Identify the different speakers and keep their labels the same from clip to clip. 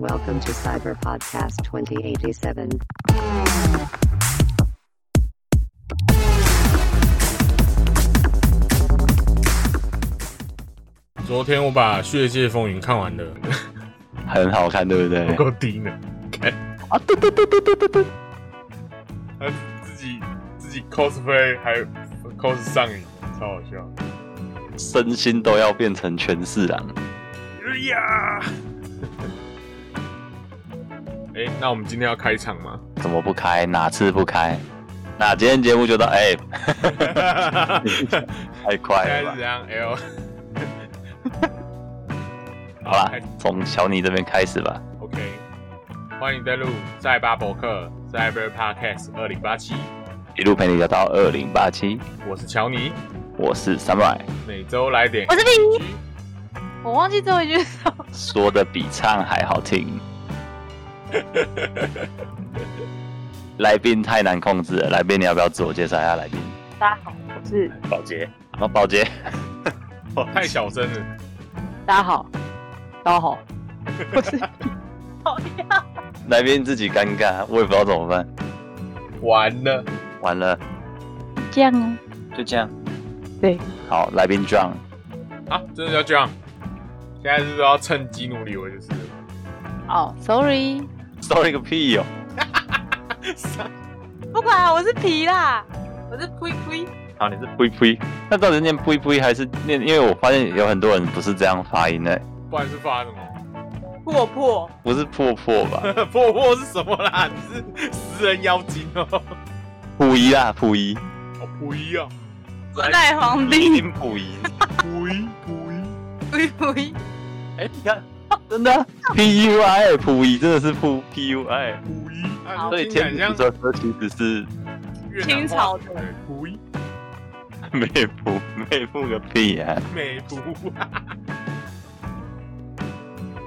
Speaker 1: Welcome to Cyber Podcast 2087.
Speaker 2: 昨天我把《血界风云》看 完了，
Speaker 3: 很好看，对不对？
Speaker 2: 够低呢。
Speaker 3: 啊，对对对对对对对，
Speaker 2: 他自己自己 cosplay 还 cos 上瘾，超好笑。
Speaker 3: 身心都要变成全四郎。
Speaker 2: 哎呀！ 哎、那我们今天要开场 吗？
Speaker 3: 怎么不开？哪次不开？那今天节目就到，哎、
Speaker 2: 现
Speaker 3: 太快
Speaker 2: 在
Speaker 3: 了
Speaker 2: 是
Speaker 3: 吧
Speaker 2: 怎？样？L 啊
Speaker 3: 好啦，从小你这边开始吧。
Speaker 2: OK，欢迎登录赛巴博客 Cyber Podcast 二零八七，
Speaker 3: 一路陪你聊到二零八七，
Speaker 2: 我是乔尼，
Speaker 3: 我是 Samurai，
Speaker 2: 每周来点
Speaker 4: 我是冰，我忘记最后一句。
Speaker 3: 说的比唱还好听。 来宾太难控制了，来宾你要不要自我介绍一下？来宾，啊
Speaker 4: 大家好，我是
Speaker 3: 宝杰，好，宝杰，
Speaker 2: 哦太小声了，
Speaker 4: 大家好，大家好， 我是讨厌
Speaker 3: 来宾自己尴尬，我也不知道怎么办，
Speaker 2: 完了。
Speaker 3: 完了，
Speaker 4: 这样啊，
Speaker 3: 就这样。
Speaker 4: 对，
Speaker 3: 好，来宾 John，
Speaker 2: 啊，真的要这样？现在是不是要趁机努力？我就是了
Speaker 4: 哦、s o r r y
Speaker 3: 收一个屁哦哟、
Speaker 4: 不管啊，我是皮啦，我是呸呸，
Speaker 3: 好，你是呸呸，那到底是念呸呸还是念？因为我发现有很多人不是这样发音的、
Speaker 2: 不然是发什么？
Speaker 4: 破破，
Speaker 3: 不是破破吧？
Speaker 2: 破破是什么啦？你是食人妖精哦、
Speaker 3: 溥仪啦，溥仪，
Speaker 2: 哦，溥仪啊，
Speaker 4: 我代皇帝，
Speaker 3: 定溥仪。
Speaker 2: 溥仪，溥仪，
Speaker 4: 呸呸，
Speaker 3: 哎、你看，真的啊 P U I，溥仪真的是溥 P U I，
Speaker 2: 溥仪，啊
Speaker 4: 好
Speaker 3: 所以
Speaker 2: 听起来
Speaker 3: 天
Speaker 2: 很
Speaker 3: 竺
Speaker 2: 像
Speaker 3: 鼠车其实是
Speaker 2: 越南话
Speaker 4: 清朝的
Speaker 2: 对溥仪，
Speaker 3: 妹夫，妹夫个屁啊！
Speaker 2: 美溥啊，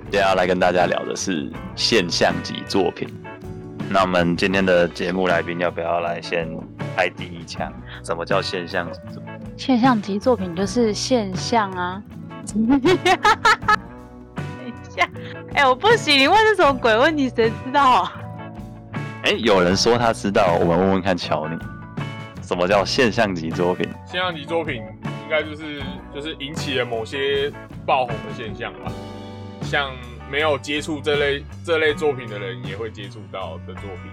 Speaker 3: 接下来跟大家聊的是现象级作品。那我们今天的节目来宾要不要来先开第一枪？什么叫现象级作品？
Speaker 4: 现象级作品就是现象啊。等一下， 哎、我不行，你问这种鬼问题，谁知道啊？
Speaker 3: 哎、有人说他知道，我们问问看乔尼，什么叫现象级作品？
Speaker 2: 现象级作品应该就是就是引起了某些爆红的现象吧，像没有接触这类这类作品的人也会接触到的作品。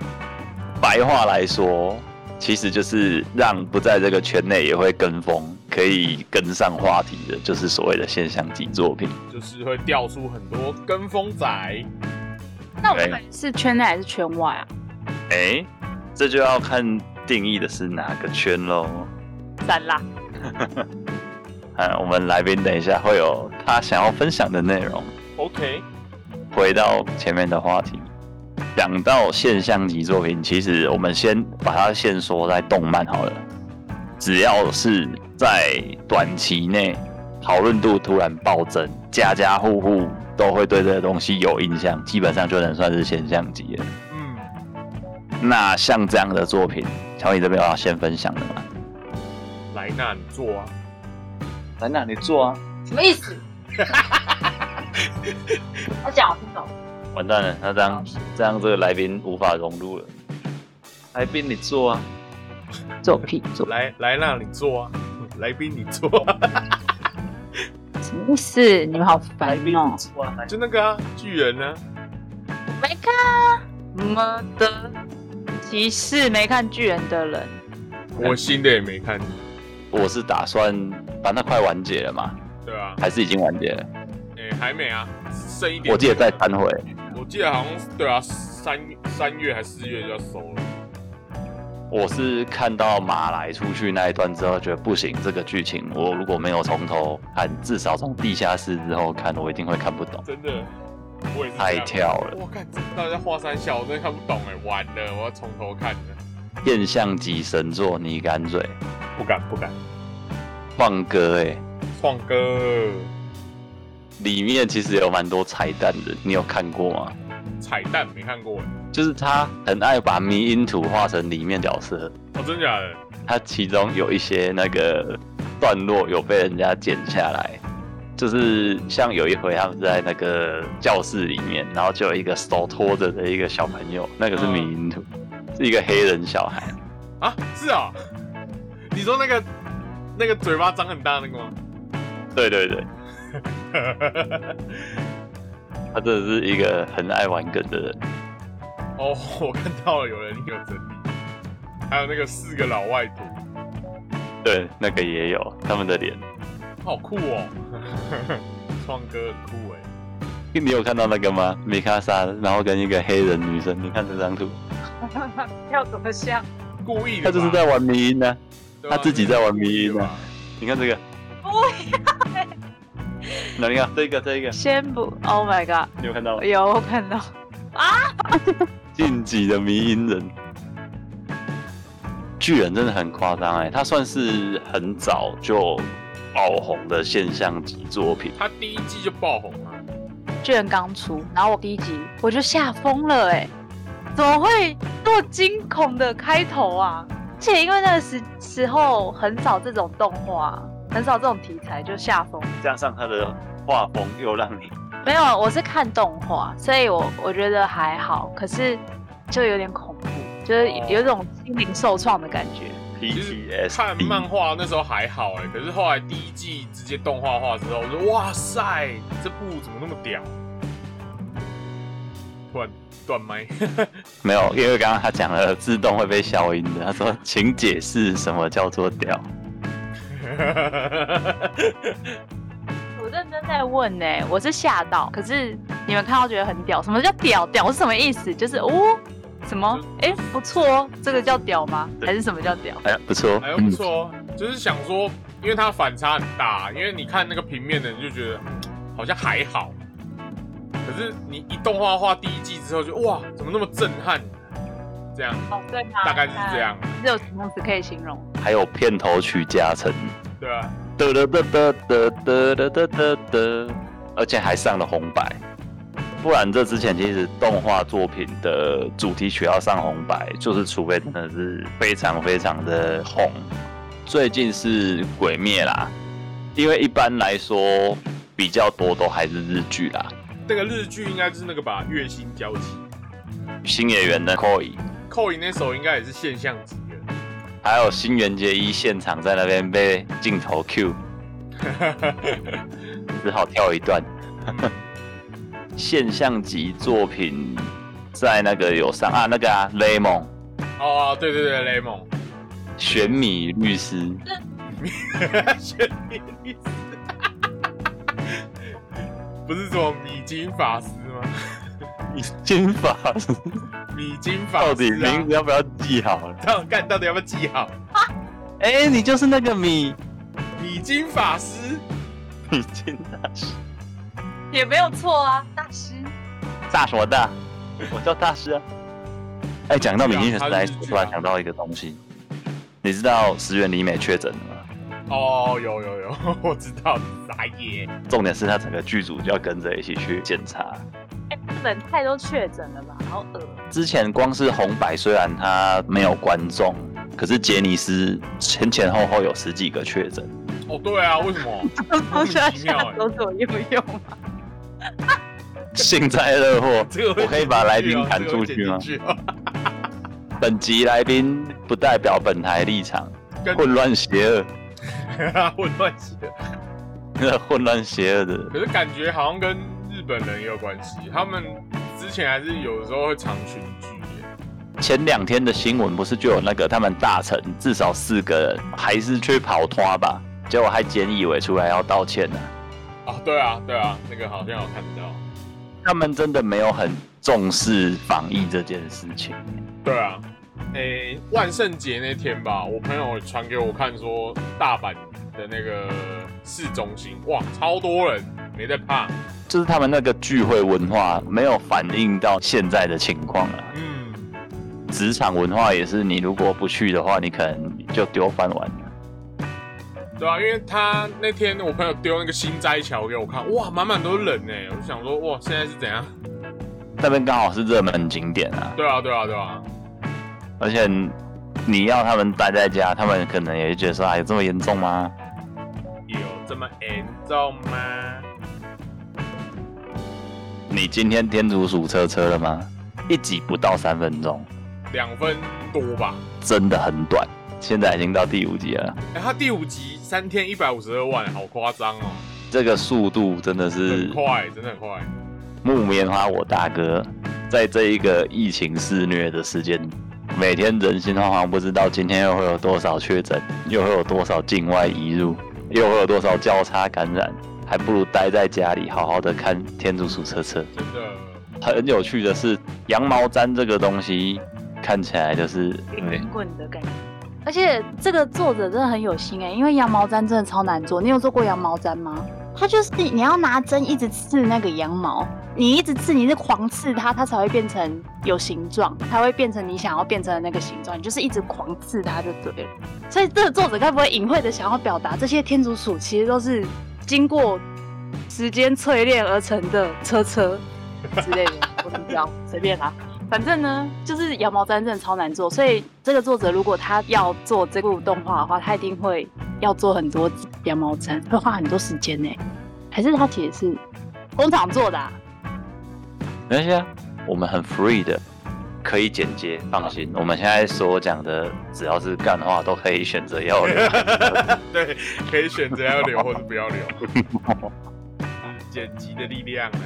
Speaker 3: 白话来说，其实就是让不在这个圈内也会跟风，可以跟上话题的，就是所谓的现象级作品。
Speaker 2: 就是会调出很多跟风仔，
Speaker 4: 那我们是圈内还是圈外啊？
Speaker 3: 哎、这就要看定义的是哪个圈喽。
Speaker 4: 散啦，
Speaker 3: 啊，我们来宾等一下会有他想要分享的内容。
Speaker 2: OK，
Speaker 3: 回到前面的话题，讲到现象级作品，其实我们先把它先说在动漫好了。只要是在短期内讨论度突然暴增，家家户户都会对这个东西有印象，基本上就能算是现象级了。
Speaker 2: 嗯，
Speaker 3: 那像这样的作品，乔你这边有要先分享的吗？
Speaker 2: 莱纳你做啊，
Speaker 3: 在哪里做啊？
Speaker 4: 什么意思？我讲我听懂。
Speaker 3: 完蛋了，那这样这样这个来宾无法融入了。来宾你做啊，
Speaker 4: 做屁做，
Speaker 2: 莱莱纳你做啊，来宾你做、啊，
Speaker 4: 什么意思？你们好烦哦！
Speaker 3: 做啊，
Speaker 2: 就那个啊，巨人呢、
Speaker 4: 没看啊么的骑士，没看巨人的 人，
Speaker 2: 我新的也没看，
Speaker 3: 我是打算，反正快完结了嘛，
Speaker 2: 对啊，
Speaker 3: 还是已经完结了？
Speaker 2: 哎、还没啊，剩一点，
Speaker 3: 我记得再翻回，
Speaker 2: 我记得好像是对啊，三三月还四月就要收了，
Speaker 3: 我是看到马来出去那一段之后，觉得不行，这个剧情我如果没有从头看，至少从地下室之后看，我一定会看不懂，
Speaker 2: 真的，我也是这
Speaker 3: 太
Speaker 2: 样，
Speaker 3: 跳了。
Speaker 2: 我看大家画三笑，我真的看不懂哎、完了，我要从头看了，
Speaker 3: 现象级神作，你敢嘴？
Speaker 2: 不敢不敢，
Speaker 3: 放歌哎、
Speaker 2: 创哥
Speaker 3: 里面其实有蛮多彩蛋的，你有看过吗？
Speaker 2: 彩蛋没看过哎、
Speaker 3: 就是他很爱把迷因图画成里面角色，
Speaker 2: 哦，真假的，
Speaker 3: 他其中有一些那个段落有被人家剪下来，就是像有一回他们是在那个教室里面，然后就有一个手拖着的一个小朋友，那个是迷因图，是一个黑人小孩，
Speaker 2: 啊，是啊、 你说那个那个嘴巴张很大那个吗？
Speaker 3: 对对对，他真的是一个很爱玩梗的人，
Speaker 2: 哦，我看到了有人有整理，还有那个四个老外图，
Speaker 3: 对，那个也有他们的脸。
Speaker 2: 好酷哦！ 创哥很酷哎、
Speaker 3: 你有看到那个吗？米卡莎，然后跟一个黑人女生，你看这张图，
Speaker 4: 要怎么 像？
Speaker 2: 故意的吧。
Speaker 3: 她就是在玩迷音呢、
Speaker 2: 对吧
Speaker 3: 他自己在玩迷因啊。
Speaker 2: 故
Speaker 3: 你看这个，
Speaker 4: 不
Speaker 3: 那你看这个这个，
Speaker 4: 先不，Oh my god，
Speaker 3: 你有看到吗？
Speaker 4: 有我看到，
Speaker 3: 晋级的迷因人，巨人真的很夸张哎，他算是很早就爆红的现象级作品
Speaker 2: 意的吧，他第一季就爆红啊了，
Speaker 4: 居然刚出，然后我第一集我就吓疯了哎、怎么会这么惊恐的开头啊？而且因为那个时时候很少这种动画，很少这种题材，就吓疯。
Speaker 3: 加上他的画风又让你
Speaker 4: 没有，我是看动画，所以我我觉得还好，可是就有点恐怖，就是
Speaker 2: 哦
Speaker 4: 有一种心灵受创的感觉。
Speaker 2: 其实看
Speaker 3: PTSD
Speaker 2: 漫画那时候还好哎、可是后来第一季直接动画化之后，我说哇塞，这部怎么那么屌？突然断麦，
Speaker 3: 没有，因为刚刚他讲了自动会被消音的，他说请解释什么叫做屌。
Speaker 4: 我认真在问呢、我是吓到，可是你们看到觉得很屌，什么叫屌？屌是什么意思？就是哦，什么？哎、不错哦，这个叫屌吗？还是什么叫屌？
Speaker 3: 哎呀，不错，
Speaker 2: 哎呦不错哦，就是想说，因为它反差很大，因为你看那个平面的，你就觉得嗯好像还好，可是你一动画化第一季之后就，哇，怎么那么震撼？这样
Speaker 4: 哦，对啊
Speaker 2: 大概就是这。样，
Speaker 4: 只有形容词可以形容。
Speaker 3: 嗯，还有片头曲加成，
Speaker 2: 对啊吧、
Speaker 3: 得得得得得得得得得得，而且还上了红白。不然这之前其实动画作品的主题曲要上红白，就是除非真的是非常非常的红。最近是《鬼灭》啦，因为一般来说比较多都还是日剧啦，
Speaker 2: 那个日剧应该就是那个吧，《月薪娇妻》，
Speaker 3: 新演员的 Koi，
Speaker 2: 扣影那首应该也是现象级的。
Speaker 3: 还有新垣结衣现场在那边被镜头 Q，只好跳一段。 现象级作品在那个有上啊，那个啊雷蒙
Speaker 2: 哦，对对对，雷蒙，
Speaker 3: 玄米律 师，
Speaker 2: 选你律师不是说米金法师吗？
Speaker 3: 金发
Speaker 2: 米金法师、啊、
Speaker 3: 到底名字要不要记好了？
Speaker 2: 到干到底要不要记好？
Speaker 3: 哎、你就是那个米
Speaker 2: 米金法师，
Speaker 3: 米金大师，
Speaker 4: 也没有错啊，大师。
Speaker 3: 大什么大？我叫大师啊。哎、讲到米金学时代，
Speaker 2: 他是日剧啊
Speaker 3: 突然想到一个东西，你知道石原里美确诊了吗？
Speaker 2: 哦，有有有， 我知道，傻耶，
Speaker 3: 重点是他整个剧组就要跟着一起去检查。
Speaker 4: 哎、日本太多确诊了吧？好恶。
Speaker 3: 之前光是红白，虽然他没有观众，可是杰尼斯前前后后有十几个确诊。
Speaker 2: 哦，对啊，为什 么？
Speaker 4: 我喜欢
Speaker 2: 其妙
Speaker 4: 下
Speaker 2: 欸
Speaker 4: 左左右右啊。
Speaker 3: 幸灾乐祸。
Speaker 2: 这个会
Speaker 3: 我可以把来宾
Speaker 2: 剪
Speaker 3: 赶出
Speaker 2: 进去
Speaker 3: 去
Speaker 2: 哦？这个会剪进去
Speaker 3: 吗
Speaker 2: 哦
Speaker 3: 本集来宾不代表本台立场，
Speaker 2: 跟
Speaker 3: 混乱邪恶，
Speaker 2: 混乱起了，
Speaker 3: 混乱邪恶的
Speaker 2: 可是感觉好像跟日本人也有关系，他们之前还是有时候会常群聚耶。
Speaker 3: 前两天的新闻不是就有那个他们大臣至少四个人还是去跑团吧？结果还菅义伟出来要道歉啊呢、
Speaker 2: 哦，对啊，对啊，那个好像有看到。
Speaker 3: 他们真的没有很重视防疫这件事情。
Speaker 2: 对啊，诶、万圣节那天吧，我朋友传给我看说，大阪的那个市中心，哇，超多人，没在怕。
Speaker 3: 就是他们那个聚会文化没有反映到现在的情况啊。
Speaker 2: 嗯，
Speaker 3: 职场文化也是，你如果不去的话，你可能就丢饭碗啊了。
Speaker 2: 对啊，因为他那天我朋友丢那个新斋桥给我看，哇，满满都是人呢、我就想说，哇，现在是怎样？
Speaker 3: 那边刚好是热门景点啊，
Speaker 2: 对啊，对啊，对啊，
Speaker 3: 而且你要他们待在家，他们可能也会觉得说，哎，有这么严重吗？
Speaker 2: 有这这么严重吗？
Speaker 3: 你今天天竺鼠车车了吗？一集不到三分钟，
Speaker 2: 两分多吧。
Speaker 3: 真的很短。现在已经到第五集了，
Speaker 2: 哎、他第五集三天一百五十二万，好夸张哦，
Speaker 3: 这个速度真的是
Speaker 2: 很快，啊真的很快。
Speaker 3: 木棉花，我大哥，在这一个疫情肆虐的时间，每天人心惶惶，不知道今天又会有多少确诊，又会有多少境外移入，又会有多少交叉感染，还不如待在家里好好的看《天竺鼠车车》。
Speaker 2: 真的，
Speaker 3: 很有趣的是，羊毛毡这个东西看起来就是，哎对
Speaker 4: 滚滚的感觉。而且这个作者真的很有心哎、因为羊毛毡真的超难做。你有做过羊毛毡吗？它就是你要拿针一直刺那个羊毛，你一直刺，你是狂刺它，它才会变成有形状，才会变成你想要变成的那个形状。你就是一直狂刺它就对了。所以这个作者该不会隐晦的想要表达，这些天竺鼠其实都是经过时间淬炼而成的车车之类的，我不知道，随便啦。反正呢，就是羊毛毡真的超难做，所以这个作者如果他要做这部动画的话，他一定会要做很多羊毛毡，会花很多时间呢、还是他其实是工厂做的、啊？
Speaker 3: 没关系啊，我们很 free 的，可以剪接，放心。我们现在所讲的，只要是干话，都可以选择 要留。
Speaker 2: 对，可以选择要留或是不要留。是剪辑的力量啊！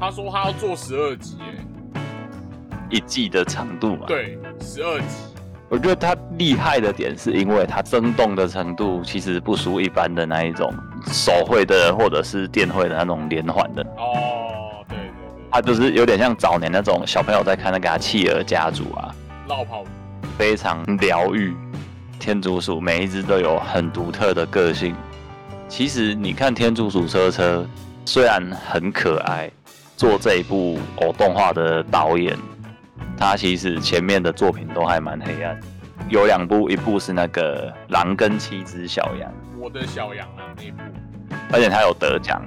Speaker 2: 他说他要做十二集，哎，
Speaker 3: 一季的长度嘛。，
Speaker 2: 对，十二集，
Speaker 3: 我觉得它厉害的点是因为它生动的程度其实不输一般的那一种手绘的或者是电绘的那种连环的，
Speaker 2: 哦，对对
Speaker 3: 它就是有点像早年那种小朋友在看那个、啊《企鹅家族》啊，
Speaker 2: 对，绕跑
Speaker 3: 非常疗愈。天竺鼠每一只都有很独特的个性。其实你看天竺鼠车车，虽然很可爱，做这一部偶动画的导演，他其实前面的作品都还蛮黑暗。有两部，一部是那个《狼跟七只小羊
Speaker 2: 我的小羊啊那一部，》，
Speaker 3: 而且他有得奖。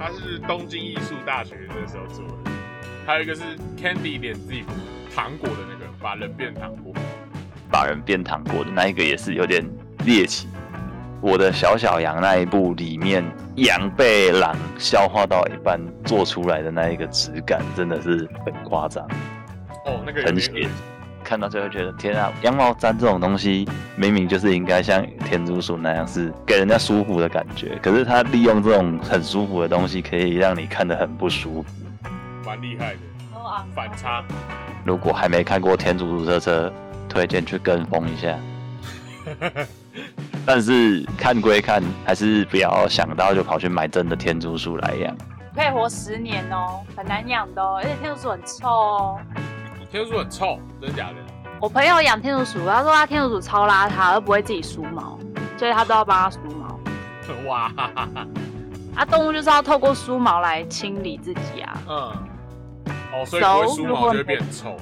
Speaker 2: 他是东京艺术大学的时候做的，还有一个是 Candy 脸自己糖果的那个，把人变糖果。
Speaker 3: 把人变糖果的那一个也是有点猎奇。我的小小羊那一部里面，羊被狼消化到一半做出来的那一个质感，真的是很夸张。
Speaker 2: 哦，那个有点
Speaker 3: 很
Speaker 2: 恶
Speaker 3: 邪
Speaker 2: 心。
Speaker 3: 看到就会觉得天啊，羊毛毡这种东西明明就是应该像天竺鼠那样是给人家舒服的感觉，可是它利用这种很舒服的东西，可以让你看得很不舒服。
Speaker 2: 蛮厉害的，
Speaker 4: 哦啊，
Speaker 2: 反差。
Speaker 3: 如果还没看过《天竺鼠车车》，推荐去跟风一下。但是看归看，还是不要想到就跑去买真的天竺鼠来养。
Speaker 4: 可以活十年哦，很难养的哦，而且天竺鼠很臭哦。
Speaker 2: 天竺鼠很臭，真的假的？
Speaker 4: 我朋友养天竺鼠，他说他天竺鼠超邋遢，而不会自己梳毛，所以他都要帮它梳毛。
Speaker 2: 哇，哈哈哈
Speaker 4: 啊，动物就是要透过梳毛来清理自己啊。
Speaker 2: 嗯，哦，所以不会梳
Speaker 4: 如
Speaker 2: 毛
Speaker 4: 果
Speaker 2: 就会变很臭。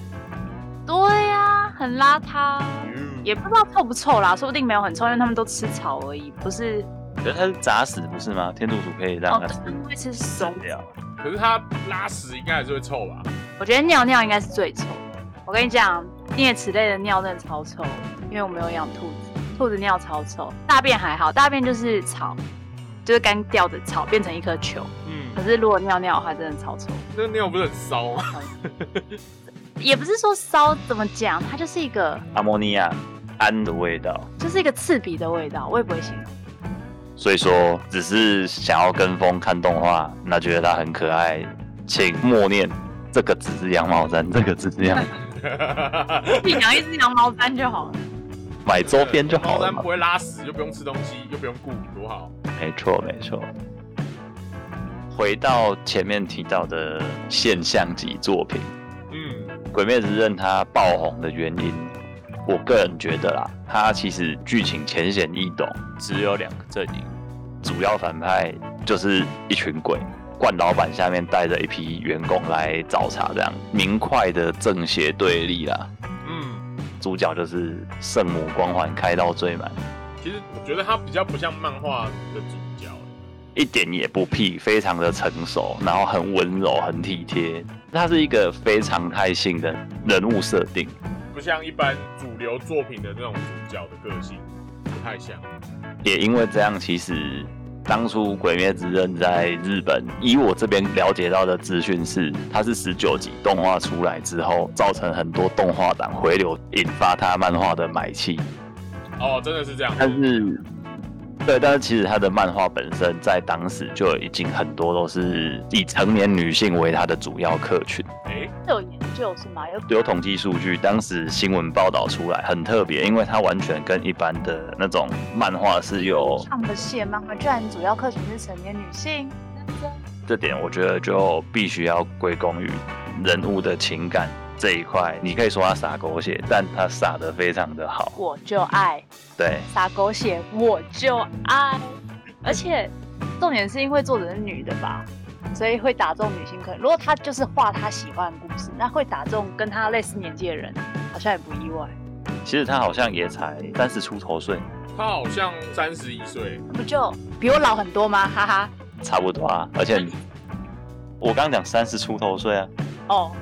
Speaker 4: 对呀、很邋遢，
Speaker 2: 嗯
Speaker 4: 也不知道臭不臭啦，说不定没有很臭，因为他们都吃草而已，不是？
Speaker 3: 可是它是杂食不是吗？天竺鼠可以让
Speaker 4: 哦
Speaker 3: 它，
Speaker 4: 对
Speaker 3: 吃
Speaker 4: 他们会吃手
Speaker 3: 掉。
Speaker 2: 可是它拉屎应该还是会臭吧？
Speaker 4: 我觉得尿尿应该是最臭的。我跟你讲，啮齿类的尿真的超臭，因为我没有养兔子，兔子尿超臭。大便还好，大便就是草，就是干掉的草变成一颗球。可
Speaker 2: 嗯，
Speaker 4: 是如果尿尿的话，真的超臭。
Speaker 2: 那尿不是很骚 吗？
Speaker 4: 也不是说骚，怎么讲，它就是一个
Speaker 3: 阿莫尼亚氨的味道。
Speaker 4: 就是一个刺鼻的味道，我也不会形容。
Speaker 3: 所以说，只是想要跟风看动画，那觉得它很可爱，请默念这个只是羊毛 毡，这个只是羊，
Speaker 4: 你养一只羊毛毡就好了。
Speaker 3: 买周边就好
Speaker 2: 猫
Speaker 3: 了
Speaker 2: 山
Speaker 3: 嘛
Speaker 2: 不。会拉屎，又不用吃东西，又不用顾，多好。
Speaker 3: 没错，没错。回到前面提到的现象级作品
Speaker 2: 嗯，
Speaker 3: 《鬼灭之刃》，它爆红的原因，我个人觉得啦，它其实剧情浅显易懂，只有两个阵营，主要反派就是一群鬼，冠老板下面带着一批员工来找茬，这样明快的正邪对立啦。
Speaker 2: 嗯，
Speaker 3: 主角就是圣母光环开到最满，
Speaker 2: 其实我觉得它比较不像漫画的主角。欸
Speaker 3: 一点也不屁，非常的成熟，然后很温柔，很体贴。它是一个非常态性的人物设定，
Speaker 2: 不像一般主流作品的那种主角的个性，不太像。
Speaker 3: 也因为这样，其实当初《鬼灭之刃》在日本，以我这边了解到的资讯是，它是十九集动画出来之后，造成很多动画党回流，引发它漫画的买气。
Speaker 2: 哦，真的是这样。
Speaker 3: 但是，对，但是其实它的漫画本身在当时就已经很多都是以成年女性为它的主要客群。
Speaker 2: 哎，
Speaker 4: 是有研究是吗？有
Speaker 3: 有统计数据，当时新闻报道出来很特别，因为它完全跟一般的那种漫画是有
Speaker 4: 上的线漫画，居然主要客群是成年女性，
Speaker 3: 这点我觉得就必须要归功于人物的情感这一块。你可以说他洒狗血，但他洒得非常的好。
Speaker 4: 我就爱
Speaker 3: 对，
Speaker 4: 撒狗血，我就爱。而且重点是因为作者是女的吧，所以会打中女性可能。如果她就是画她喜欢的故事，那会打中跟她类似年纪的人，好像也不意外。
Speaker 3: 其实他好像也才三十出头岁，
Speaker 2: 他好像三十一岁，
Speaker 4: 那不就比我老很多吗？哈哈。
Speaker 3: 差不多啊。而且我刚讲三十出头岁啊，
Speaker 4: 哦，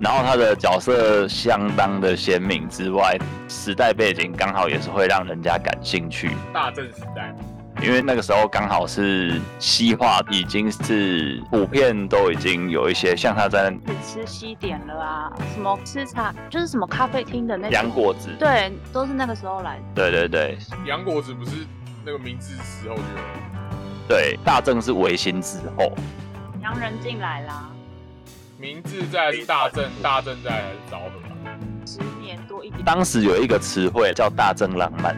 Speaker 3: 然后他的角色相当的鲜明之外，时代背景刚好也是会让人家感兴趣。
Speaker 2: 大正时代。
Speaker 3: 因为那个时候刚好是西化已经是普遍都已经有一些像他在
Speaker 4: 去吃西点了啊，什么吃茶，就是什么咖啡厅的那
Speaker 3: 杨
Speaker 4: 种。
Speaker 3: 果子，
Speaker 4: 对，都是那个时候来的。
Speaker 3: 对对对
Speaker 2: 杨果子不是那个明治时候就有，
Speaker 3: 对，大正是维新之后，
Speaker 4: 洋人进来啦，
Speaker 2: 明治在是大正，大正在还是昭和。
Speaker 4: 十年多一点。
Speaker 3: 当时有一个词汇叫大正浪漫，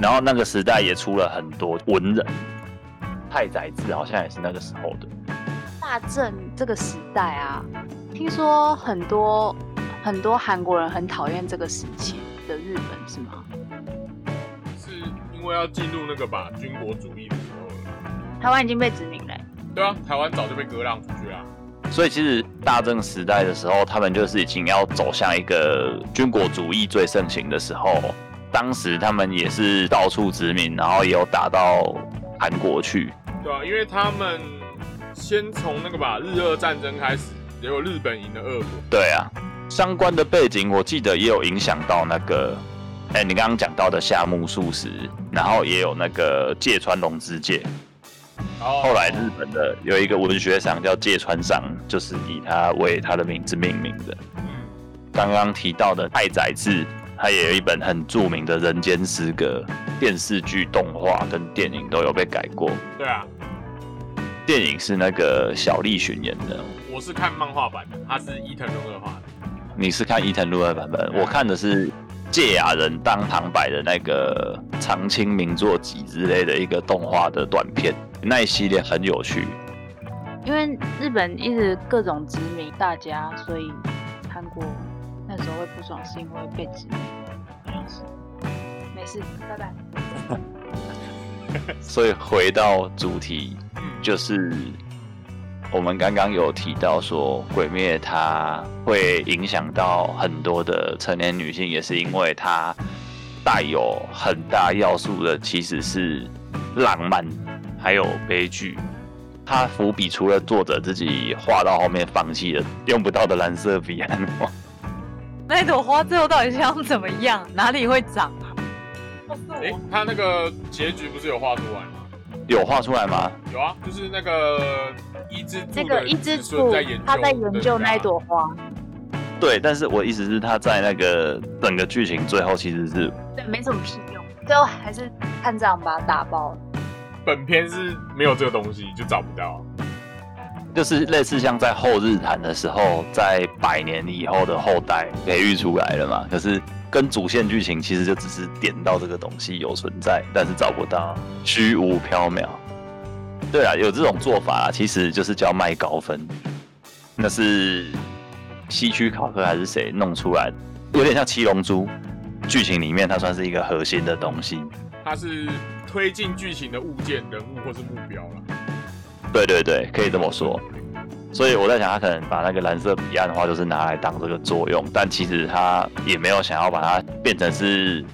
Speaker 3: 然后那个时代也出了很多文人，太宰治好像也是那个时候的。
Speaker 4: 大正这个时代啊，听说很多很多韩国人很讨厌这个时期的日本，是吗？
Speaker 2: 是因为要进入那个吧军国主义的时候了啦。
Speaker 4: 台湾已经被殖民了、
Speaker 2: 对啊，台湾早就被割让出去啊啦。
Speaker 3: 所以其实大正时代的时候，他们就是已经要走向一个军国主义最盛行的时候。当时他们也是到处殖民，然后也有打到韩国去。
Speaker 2: 对啊，因为他们先从那个吧日俄战争开始，结果日本赢了俄国。
Speaker 3: 对啊，相关的背景我记得也有影响到那个，哎、你刚刚讲到的夏目漱石，然后也有那个芥川龙之介。
Speaker 2: 然后
Speaker 3: 后来日本的有一个文学赏叫芥川赏，就是以他为他的名字命名的。
Speaker 2: 嗯，
Speaker 3: 刚刚提到的太宰治，他也有一本很著名的《人间失格》，电视剧、动画跟电影都有被改过。
Speaker 2: 对啊，
Speaker 3: 电影是那个小栗旬演的，
Speaker 2: 我是看漫画版的，他是伊藤润二画的。
Speaker 3: 你是看伊藤润二版本，我看的是芥雅人当旁白的那个长青名作集之类的一个动画的短片，那一系列很有趣。
Speaker 4: 因为日本一直各种殖民大家，所以韩国那时候会不爽，是因为被殖民，好像是。没事，拜拜。
Speaker 3: 所以回到主题，
Speaker 2: 嗯，
Speaker 3: 就是我们刚刚有提到说，《鬼灭》它会影响到很多的成年女性，也是因为它带有很大要素的其实是浪漫，还有悲剧。它伏笔除了作者自己画到后面放弃了用不到的蓝色彼岸花，
Speaker 4: 那一朵花最后到底想怎么样？哪里会长？啊
Speaker 2: 诶，他那个结局不是有画出来吗？
Speaker 3: 有画出来吗？
Speaker 2: 有啊，就是那个一只
Speaker 4: 那
Speaker 2: 柱
Speaker 4: 个
Speaker 2: 的
Speaker 4: 一只
Speaker 2: 子
Speaker 4: 树
Speaker 2: 孙在研究，，啊
Speaker 4: 他在研究那一朵花，
Speaker 3: 对，但是我意思是，它在那个整个剧情最后其实是
Speaker 4: 对，没什么屁用，最后还是看这样把它打爆了。
Speaker 2: 啊本片是没有这个东西，就找不到。啊
Speaker 3: 就是类似像在后日谈的时候，在百年以后的后代培育出来了嘛。可是跟主线剧情其实就只是点到这个东西有存在，但是找不到，虚无缥缈。对啊，有这种做法、其实就是叫卖高分。那是西区考克还是谁弄出来的？有点像《七龙珠》剧情里面，它算是一个核心的东西。
Speaker 2: 它是推进剧情的物件、人物或是目标 啦。
Speaker 3: 对对对，可以这么说。所以我在想，他可能把那个蓝色彼岸花就是拿来当这个作用，但其实他也没有想要把它变成是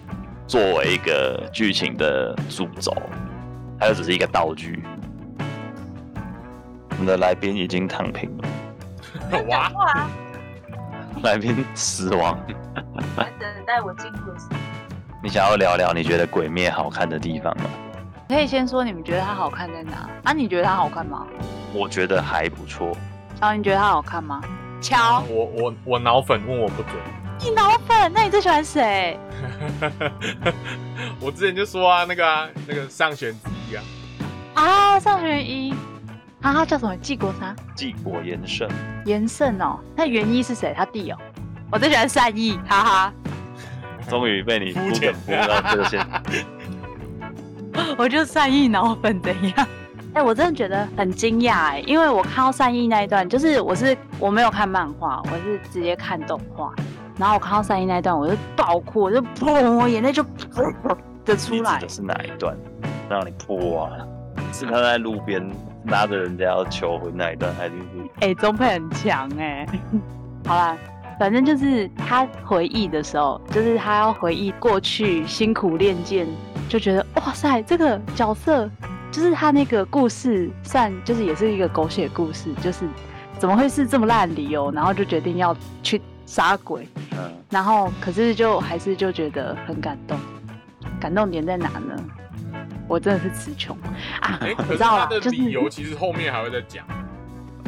Speaker 3: 作为一个剧情的主轴，它就只是一个道具。我们的来宾已经躺平了，
Speaker 2: 哇，
Speaker 4: 哇！
Speaker 3: 来宾死亡。
Speaker 4: 等待我进入的时候。
Speaker 3: 你想要聊聊你觉得《鬼灭》好看的地方吗？
Speaker 4: 可以先说你们觉得它好看在哪？啊，你觉得它好看吗？
Speaker 3: 我觉得还不错。
Speaker 4: 然后你觉得它好看吗？乔，
Speaker 2: 我我我脑粉问我不准。
Speaker 4: 你脑粉，那你最喜欢谁？
Speaker 2: 我之前就说啊，那个啊，那个上弦之一啊，
Speaker 4: 啊，上弦一，啊，他叫什么？纪国啥？
Speaker 3: 纪国延伸，
Speaker 4: 严胜哦。那元一是谁？他弟哦。我最喜欢善意，哈哈。
Speaker 3: 终于被你
Speaker 2: 肤
Speaker 3: 敷
Speaker 2: 浅
Speaker 3: 衍敷到这个线。
Speaker 4: 我就善意脑粉怎样？哎、我真的觉得很惊讶哎，因为我看到善意那一段，就是我是我没有看漫画，我是直接看动画，然后我看到善意那一段，我就爆哭，我就砰，我眼泪就 砰的出
Speaker 3: 你
Speaker 4: 来
Speaker 3: 指的。是哪一段？让你哭啊？是他在路边拉着人家要求婚那一段，还是
Speaker 4: 哎、中配很强哎、好啦，反正就是他回忆的时候，就是他要回忆过去辛苦练剑，就觉得哇塞，这个角色就是他那个故事，算就是也是一个狗血故事，就是怎么会是这么烂的理由，然后就决定要去杀鬼，
Speaker 3: 嗯，
Speaker 4: 然后可是就还是就觉得很感动，感动点在哪呢？我真的是词穷啊
Speaker 2: 哎、，
Speaker 4: 你
Speaker 2: 可
Speaker 4: 知
Speaker 2: 是
Speaker 4: 道
Speaker 2: 他
Speaker 4: 啦，
Speaker 2: 的
Speaker 4: 就是
Speaker 2: 理由其实后面还会再讲。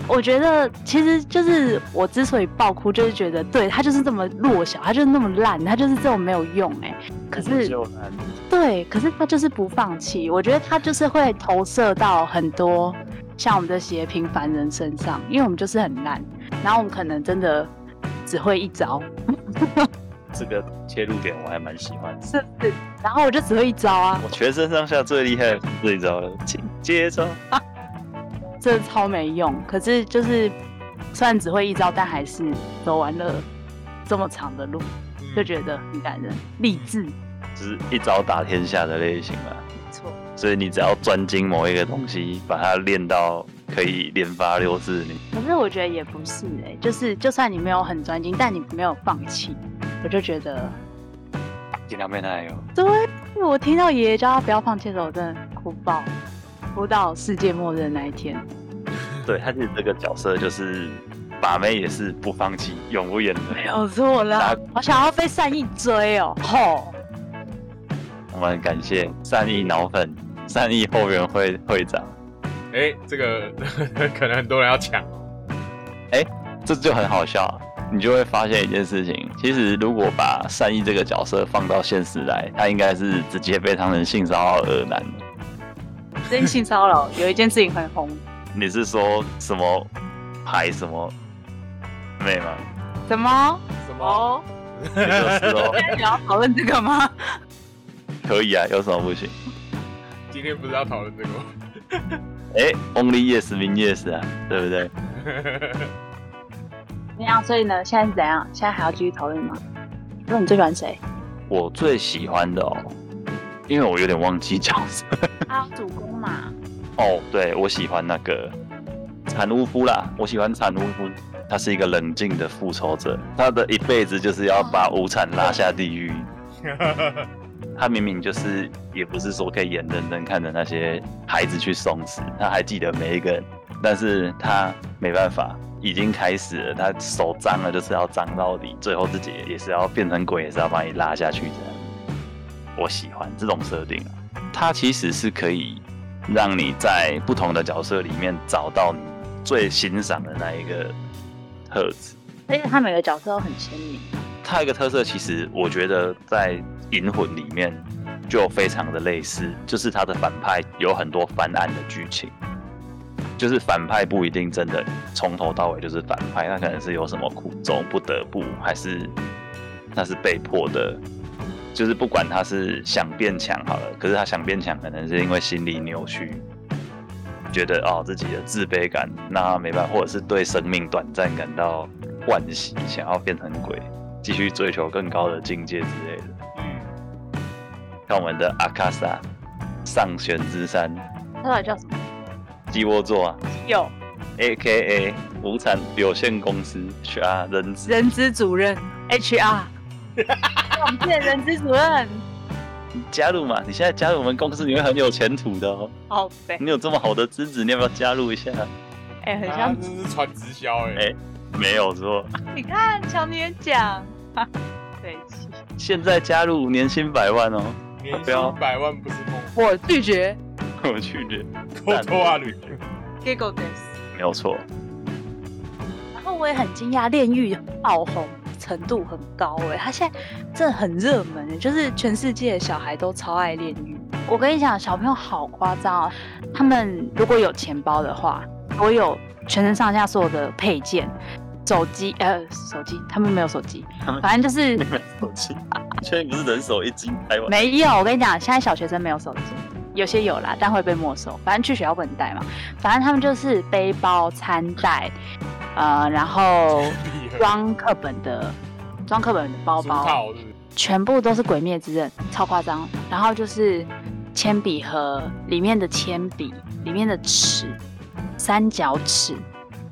Speaker 4: 我觉得其实就是我之所以爆哭，就是觉得对他就是这么弱小，他就是那么烂，他就是这种没有用哎、可是
Speaker 3: 就难
Speaker 4: 对，可是他就是不放弃。我觉得他就是会投射到很多像我们这些平凡人身上，因为我们就是很烂，然后我们可能真的只会一招，
Speaker 3: 这个切入点我还蛮喜欢的。
Speaker 4: 是不是？然后我就只会一招啊，
Speaker 3: 我全身上下最厉害的是这一招了，请接招。
Speaker 4: 这超没用。可是就是虽然只会一招，但还是走完了这么长的路，
Speaker 2: 嗯
Speaker 4: 就觉得很感人，励志。
Speaker 3: 就是一招打天下的类型嘛。
Speaker 4: 没错。
Speaker 3: 所以你只要专精某一个东西，把它练到可以连发六次，你
Speaker 4: 可是我觉得也不是哎、就是就算你没有很专精，但你没有放弃，我就觉得，
Speaker 3: 尽量变态哦哟。
Speaker 4: 对我听到爷爷叫他不要放弃的时候，我真的哭爆，哭到世界末日的那一天。
Speaker 3: 对，他是这个角色，就是把妹也是不放弃，永不言
Speaker 4: 没
Speaker 3: 的。
Speaker 4: 有错
Speaker 3: 打
Speaker 4: 啦，我想要被善意追哦、 吼！
Speaker 3: 我们感谢善意脑粉、善意后援会会长，
Speaker 2: 哎、这个 可能很多人要抢哦。
Speaker 3: 这就很好笑啊。你就会发现一件事情，其实如果把善意这个角色放到现实来，他应该是直接被当成性骚扰恶男的。
Speaker 4: 最近性骚扰有一件事情很红，
Speaker 3: 你是说什么牌什么妹吗？
Speaker 4: 怎么？
Speaker 2: 什么？
Speaker 4: 哦，
Speaker 3: 你就是说
Speaker 4: 你要讨论这个吗？
Speaker 3: 可以啊，有什么不行？
Speaker 2: 今天不是要讨论这个吗？
Speaker 3: 哎、o n l y yes mean yes 啊，对不对？
Speaker 4: 那样，所以呢，现在是怎样？现在还要继续讨论吗？那你最喜欢谁？
Speaker 3: 我最喜欢的哦，因为我有点忘记角色
Speaker 4: 啊，主公嘛。
Speaker 3: 哦。对，我喜欢那个产屋夫啦，我喜欢产屋夫，他是一个冷静的复仇者，他的一辈子就是要把无产拉下地狱。他明明就是也不是说可以眼睁睁看着那些孩子去送死，他还记得每一个人，但是他没办法，已经开始了，他手脏了就是要脏到底，最后自己也是要变成鬼，也是要把你拉下去这样。我喜欢这种设定啊，它其实是可以让你在不同的角色里面找到你最欣赏的那一个特质。
Speaker 4: 而且他每个角色都很鲜明。
Speaker 3: 它有一个特色，其实我觉得在《银魂》里面就非常的类似，就是它的反派有很多翻案的剧情，就是反派不一定真的从头到尾就是反派，他可能是有什么苦衷，不得不，还是他是被迫的。就是不管他是想变强好了，可是他想变强，可能是因为心理扭曲，觉得哦自己的自卑感，那没办法，或者是对生命短暂感到惋惜，想要变成鬼，继续追求更高的境界之类的。
Speaker 2: 嗯，
Speaker 3: 像我们的阿卡萨上旋之山
Speaker 4: 他到底叫什么？
Speaker 3: 鸡窝座啊
Speaker 4: 有
Speaker 3: ，A K A 无产有限公司 HR 人资，
Speaker 4: 人资主任 HR，我们是人资主任，
Speaker 3: 加入嘛！你现在加入我们公司，你会很有前途的哦。
Speaker 4: 好呗，
Speaker 3: 你有这么好的资质，你要不要加入一下？
Speaker 4: 哎、很
Speaker 2: 他
Speaker 4: 像。
Speaker 2: 这啊是传直销哎、
Speaker 3: 哎没有说，
Speaker 4: 你看，瞧你也讲，哈对不起，
Speaker 3: 现在加入年薪百万哦！
Speaker 2: 年
Speaker 3: 不
Speaker 2: 薪
Speaker 3: 要
Speaker 2: 百万不是梦，
Speaker 4: 我拒绝
Speaker 3: 我去的，
Speaker 2: 偷偷啊旅，
Speaker 4: Giggle Days。
Speaker 3: 没有 错。
Speaker 4: 然后我也很惊讶，炼狱爆红程度很高哎、它现在真的很热门、欸就是全世界的小孩都超爱炼狱。我跟你讲，小朋友好夸张哦，他们如果有钱包的话，我有全身上下所有的配件。手机，呃，手机，他们没有手机
Speaker 3: 他，们
Speaker 4: 反正就是
Speaker 3: 你们手机，确定不是人手一斤台湾？
Speaker 4: 没有，我跟你讲，现在小学生没有手机，有些有啦，但会被没收。反正去学校不能带嘛。反正他们就是背包、餐袋，呃，然后装课本的装课本的包
Speaker 2: 书
Speaker 4: 包，
Speaker 2: 套是不是？
Speaker 4: 全部都是《鬼灭之刃》，超夸张。然后就是铅笔盒里面的铅笔，里面的尺，三角尺。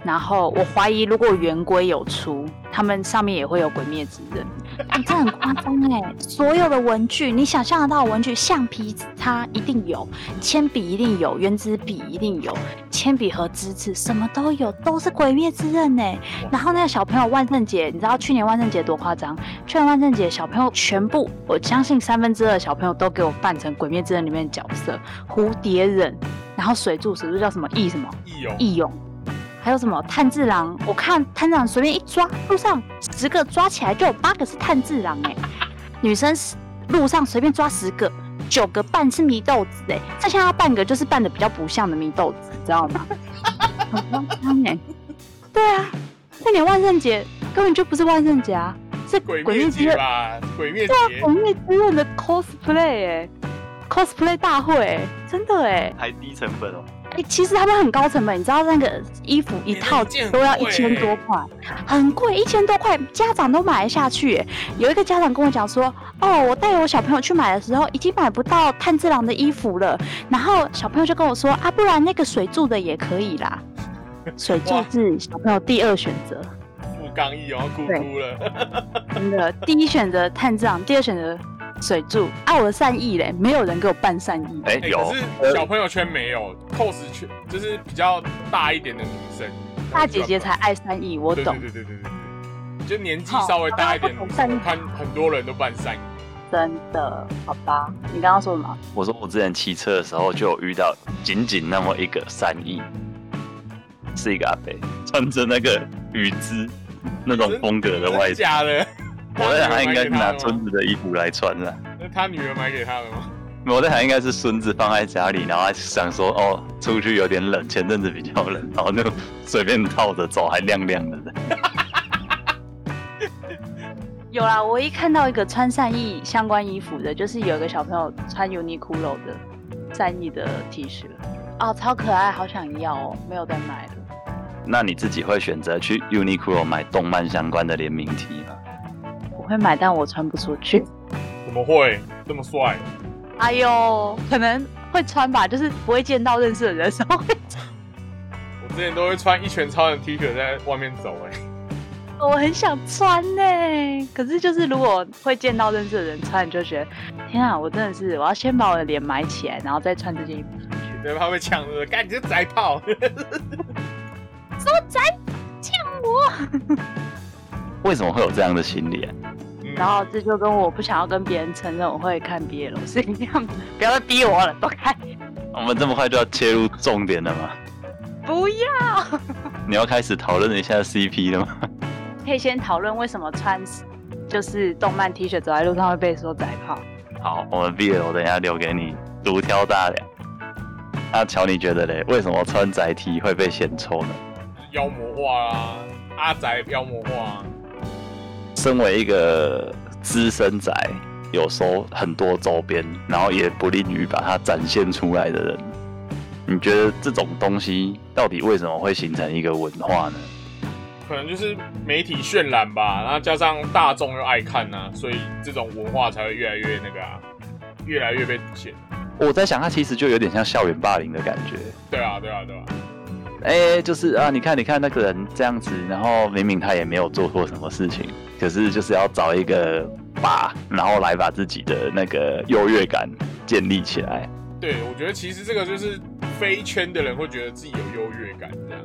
Speaker 4: 然后我怀疑，如果圆规有出，他们上面也会有《鬼灭之刃》哎，这很夸张哎！所有的文具，你想象得到的文具，橡皮擦一定有，铅笔一定有，圆珠笔一定有，铅笔盒、直尺什么都有，都是《鬼灭之刃》哎。然后那个小朋友万圣节，你知道去年万圣节多夸张？去年万圣节小朋友全部，我相信三分之二的小朋友都给我扮成《鬼灭之刃》里面的角色，蝴蝶忍，然后水柱水柱叫什么 E 翼什么？
Speaker 2: 义勇，
Speaker 4: 义勇，还有什么炭治郎？我看炭治郎随便一抓，路上十个抓起来就有八个是炭治郎哎、女生是路上随便抓十个，九个半是祢豆子哎、剩下那半个就是扮的比较不像的祢豆子，知道吗？很夸张哎，对啊，那年万圣节根本就不是万圣节啊，是
Speaker 2: 鬼
Speaker 4: 鬼
Speaker 2: 灭
Speaker 4: 灭之
Speaker 2: 节
Speaker 4: 刃，
Speaker 2: 吧，鬼灭
Speaker 4: 对啊，
Speaker 2: 节
Speaker 4: 鬼灭之刃的 cosplay 哎、cosplay 大会、哎，真的哎、
Speaker 3: 还低成本哦，
Speaker 4: 欸，其实他们很高成本，你知道那个衣服一套都要一千多
Speaker 2: 欸
Speaker 4: 块，很贵，一千多块，家长都买得下去欸。有一个家长跟我讲说，哦，我带我小朋友去买的时候，已经买不到炭治郎的衣服了。然后小朋友就跟我说，啊，不然那个水柱的也可以 啦。水柱
Speaker 2: 哇
Speaker 4: 是小朋友第二选择，
Speaker 2: 富冈义勇要哭哭哦了，
Speaker 4: 真的，第一选择炭治郎，第二选择水柱。啊，我的善意嘞，没有人给我办善意。
Speaker 3: 哎、
Speaker 2: 哎，
Speaker 3: 有
Speaker 2: 可是小朋友圈没有，cos 圈就是比较大一点的女生，
Speaker 4: 大姐姐才爱善意，我
Speaker 2: 对
Speaker 4: 懂
Speaker 2: 对，对对对对对，就年纪稍微大一点的女生，我看很多人都扮善意，
Speaker 4: 真的，好吧？你刚刚说什么？
Speaker 3: 我说我之前骑车的时候就有遇到，仅仅那么一个善意，是一个阿伯，穿着那个雨织那种风格的外
Speaker 2: 真
Speaker 3: 套，
Speaker 2: 假的？
Speaker 3: 我在想他
Speaker 2: 他
Speaker 3: 应
Speaker 2: 女
Speaker 3: 该
Speaker 2: 儿买
Speaker 3: 是
Speaker 2: 给
Speaker 3: 拿
Speaker 2: 他
Speaker 3: 村
Speaker 2: 的吗？
Speaker 3: 子的衣服来穿的，
Speaker 2: 那他女儿买给他的吗？
Speaker 3: 我在想应该是孙子放在家里，然后他想说哦出去有点冷，前阵子比较冷，然后就随便套着走，还亮亮的。
Speaker 4: 有啦，我一看到一个穿善意相关衣服的，就是有一个小朋友穿 Uniqlo 的善意的 T 恤，哦，超可爱，好想要哦，没有再买了。
Speaker 3: 那你自己会选择去 Uniqlo 买动漫相关的联名 T 吗？
Speaker 4: 我会买，但我穿不出去。
Speaker 2: 怎么会这么帅？
Speaker 4: 哎呦，可能会穿吧，就是不会见到认识的人的时候会
Speaker 2: 我之前都会穿一拳超人 T 恤在外面走、哎，
Speaker 4: 我很想穿呢、可是就是如果会见到认识的人穿，你就觉得天啊，我真的是我要先把我的脸埋起来，然后再穿这件衣服。
Speaker 2: 对，怕被抢了，干你这宅炮！
Speaker 3: 为什么会有这样的心理、啊？
Speaker 2: 嗯
Speaker 4: 然后这就跟我不想要跟别人承认我会看 BL 是一样的，不要再逼我了，都看，
Speaker 3: 我们这么快就要切入重点了吗？
Speaker 4: 不要。
Speaker 3: 你要开始讨论一下 CP 了吗？
Speaker 4: 可以先讨论为什么穿就是动漫 T 恤走在路上会被说宅炮。
Speaker 3: 好，我们 BL 等一下留给你独挑大梁。那乔，你觉得嘞？为什么穿宅 T 会被嫌臭呢？
Speaker 2: 妖魔化啊，阿宅妖魔化、啊，
Speaker 3: 身为一个资深宅，有收很多周边，然后也不吝于把它展现出来的人，你觉得这种东西到底为什么会形成一个文化呢？
Speaker 2: 可能就是媒体渲染吧，然后加上大众又爱看呐、所以这种文化才会越来越那个啊，越来越被凸显。
Speaker 3: 我在想，它其实就有点像校园霸凌的感觉。
Speaker 2: 对啊，对啊，对啊，
Speaker 3: 哎、就是啊，你看，你看那个人这样子，然后明明他也没有做错什么事情，可是就是要找一个把，然后来把自己的那个优越感建立起来。
Speaker 2: 对，我觉得其实这个就是非圈的人会觉得自己有优越感这样。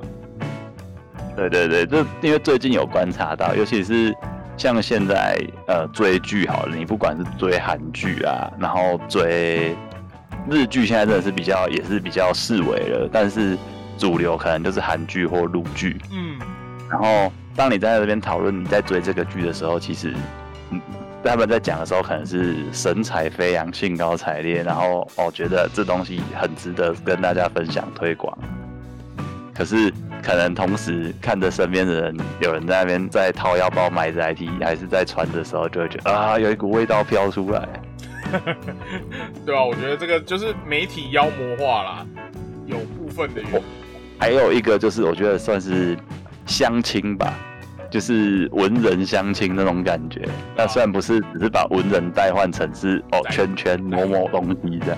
Speaker 3: 对对对，这因为最近有观察到，尤其是像现在呃追剧好了，你不管是追韩剧啊，然后追日剧，现在真的是比较也是比较视为了，但是主流可能就是韩剧或陆剧。
Speaker 2: 嗯，
Speaker 3: 然后当你在这边讨论你在追这个剧的时候，其实嗯他们在讲的时候可能是神采飞扬、兴高采烈，然后哦觉得这东西很值得跟大家分享推广。可是可能同时看着身边的人，有人在那边在掏腰包买着 IT，还是在穿的时候，就会觉得啊有一股味道飘出来。
Speaker 2: 对啊，我觉得这个就是媒体妖魔化啦，有部分的原因。
Speaker 3: 还有一个就是我觉得算是相亲吧，就是文人相亲那种感觉。那虽然不是，只是把文人代换成是哦
Speaker 2: 对
Speaker 3: 圈圈某某东西这样，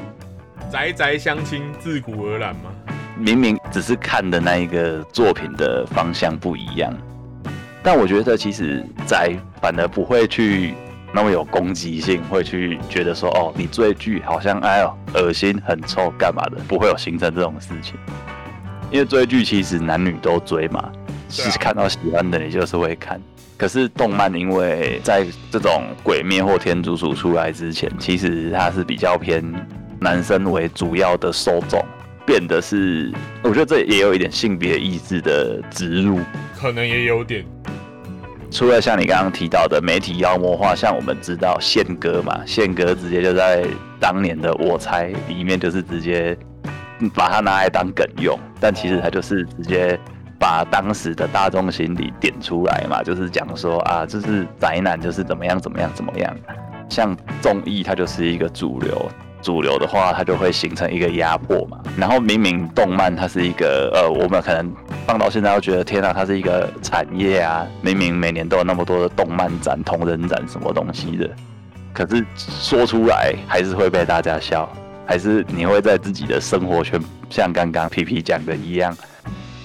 Speaker 2: 宅宅相亲自古而然嘛。
Speaker 3: 明明只是看的那一个作品的方向不一样，但我觉得其实宅反而不会去。那么有攻击性，会去觉得说，哦，你追剧好像哎呦恶心、很臭，干嘛的？不会有形成这种事情，因为追剧其实男女都追嘛，
Speaker 2: 对啊
Speaker 3: 是看到喜欢的你就是会看。可是动漫因为在这种《鬼灭》或《天竺鼠》出来之前，其实它是比较偏男生为主要的受众，变得是我觉得这也有一点性别意志的植入。
Speaker 2: 可能也有点，
Speaker 3: 除了像你刚刚提到的媒体妖魔化，像我们知道宪哥嘛，宪哥直接就在当年的《我猜》里面，就是直接把它拿来当梗用，但其实他就是直接把当时的大众心理点出来嘛，就是讲说啊，就是宅男就是怎么样怎么样怎么样，像综艺它就是一个主流。主流的话，它就会形成一个压迫嘛。然后明明动漫它是一个呃，我们可能放到现在都觉得天啊，它是一个产业啊。明明每年都有那么多的动漫展、同人展什么东西的，可是说出来还是会被大家笑，还是你会在自己的生活圈，像刚刚皮皮讲的一样，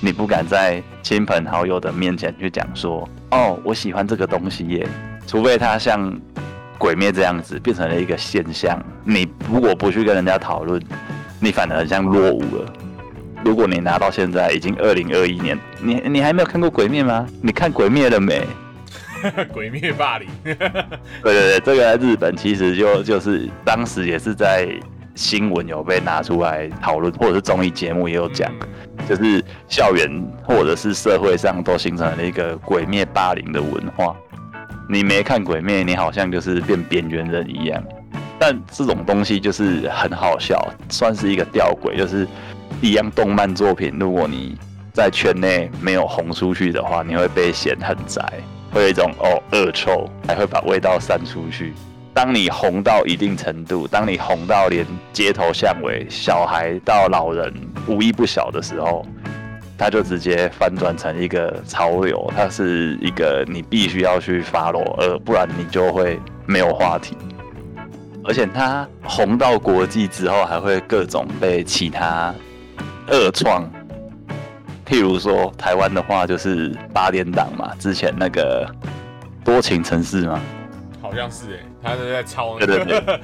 Speaker 3: 你不敢在亲朋好友的面前去讲说，哦，我喜欢这个东西耶，除非它像鬼灭这样子变成了一个现象，你如果不去跟人家讨论，你反而很像落伍了。如果你拿到现在已经二零二一年，你你还没有看过《鬼灭》吗？你看《鬼灭》了没？
Speaker 2: 鬼灭霸凌，
Speaker 3: 对对对，这个在日本其实就就是当时也是在新闻有被拿出来讨论，或者是综艺节目也有讲，就是校园或者是社会上都形成了一个鬼灭霸凌的文化。你没看鬼灭，你好像就是变边缘人一样。但这种东西就是很好笑，算是一个吊诡，就是一样动漫作品，如果你在圈内没有红出去的话，你会被嫌很宅，会有一种哦恶臭，还会把味道散出去。当你红到一定程度，当你红到连街头巷尾、小孩到老人无一不晓的时候，它就直接翻转成一个潮流，它是一个你必须要去 follow，呃，不然你就会没有话题。而且它红到国际之后，还会各种被其他恶创。譬如说台湾的话，就是八点档嘛，之前那个多情城市嘛，
Speaker 2: 好像是哎、他是在抄那
Speaker 3: 对对
Speaker 2: 个，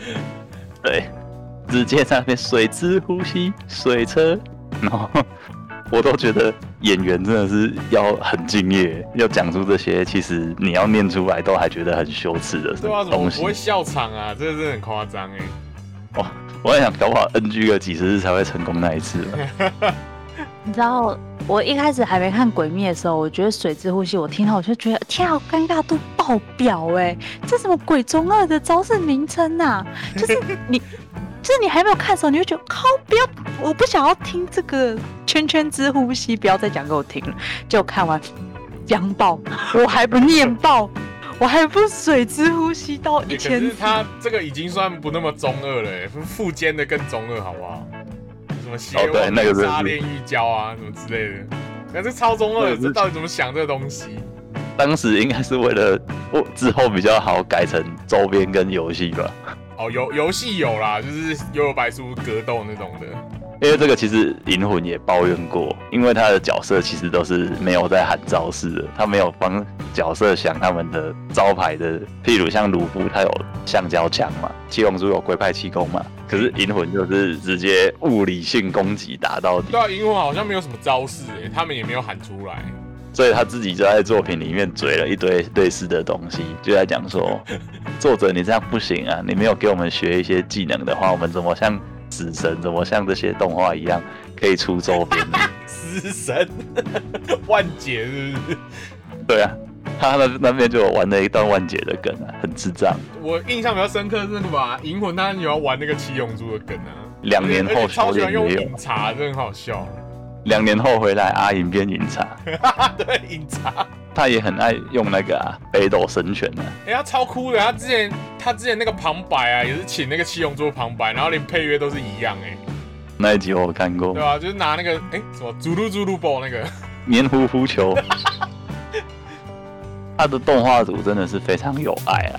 Speaker 3: 对，直接在那边水之呼吸、水车，然后我都觉得演员真的是要很敬业，要讲出这些，其实你要念出来都还觉得很羞耻的
Speaker 2: 对啊，怎么
Speaker 3: 东西
Speaker 2: 不。会笑场啊？这个真的很夸张哎。
Speaker 3: 哇，我在想，搞不好 NG 个几十次才会成功那一次 吧。
Speaker 4: 你知道我一开始还没看《鬼灭》的时候，我觉得水之呼吸，我听到我就觉得天啊，尴尬度爆表哎、这什么鬼中二的招式名称 呐、就是你，就是你还没有看的时候，你就觉得靠，不要，我不想要听这个圈圈之呼吸，不要再讲给我听了。结果看完，讲爆，我还不念爆，我还不水之呼吸到
Speaker 2: 欸可
Speaker 4: 一千
Speaker 2: 是
Speaker 4: 字。
Speaker 2: 他这个已经算不那么中二了、欸，附肩的更中二，好不好？什么邪
Speaker 3: 哦对那个
Speaker 2: 王
Speaker 3: 真的是
Speaker 2: 杀炼狱胶啊，什么之类的，那这超中二
Speaker 3: 那
Speaker 2: 的，
Speaker 3: 个是
Speaker 2: 这到底怎么想这个东西？
Speaker 3: 当时应该是为了我之后比较好改成周边跟游戏吧，
Speaker 2: 哦，游游戏有啦，就是悠悠白书格斗那种的，
Speaker 3: 因为这个其实银魂也抱怨过，因为他的角色其实都是没有在喊招式的，他没有帮角色想他们的招牌的，譬如像鲁夫他有橡胶枪嘛，七龙珠有龟派气功嘛，可是银魂就是直接物理性攻击打到底
Speaker 2: 啊对。啊，因为好像没有什么招式、欸，他们也没有喊出来，
Speaker 3: 所以他自己就在作品里面嘴了一堆类似的东西，就在讲说，作者你这样不行啊，你没有给我们学一些技能的话，我们怎么像死神，怎么像这些动画一样可以出周边呢？
Speaker 2: 死神 万劫是不是？
Speaker 3: 对啊，他那那边就有玩了一段万劫的梗啊，很智障。
Speaker 2: 我印象比较深刻是那个吧，银魂他有要玩那个七龙珠的梗啊，
Speaker 3: 两年
Speaker 2: 而且
Speaker 3: 后
Speaker 2: 超
Speaker 3: 修
Speaker 2: 喜欢
Speaker 3: 炼
Speaker 2: 用
Speaker 3: 也有
Speaker 2: 饮，茶，真的很好笑。
Speaker 3: 两年后回来啊阿银变饮茶，
Speaker 2: 对，饮茶，
Speaker 3: 他也很爱用那个啊北斗神拳啊，
Speaker 2: 哎、他超酷的，他之前他之前那个旁白啊，也是请那个七龙珠的旁白，然后连配乐都是一样、哎，
Speaker 3: 那一集我有看过
Speaker 2: 对，吧、就是拿那个哎、什么祖鲁祖鲁波那个，
Speaker 3: 黏糊糊球。他的动画组真的是非常有爱啊，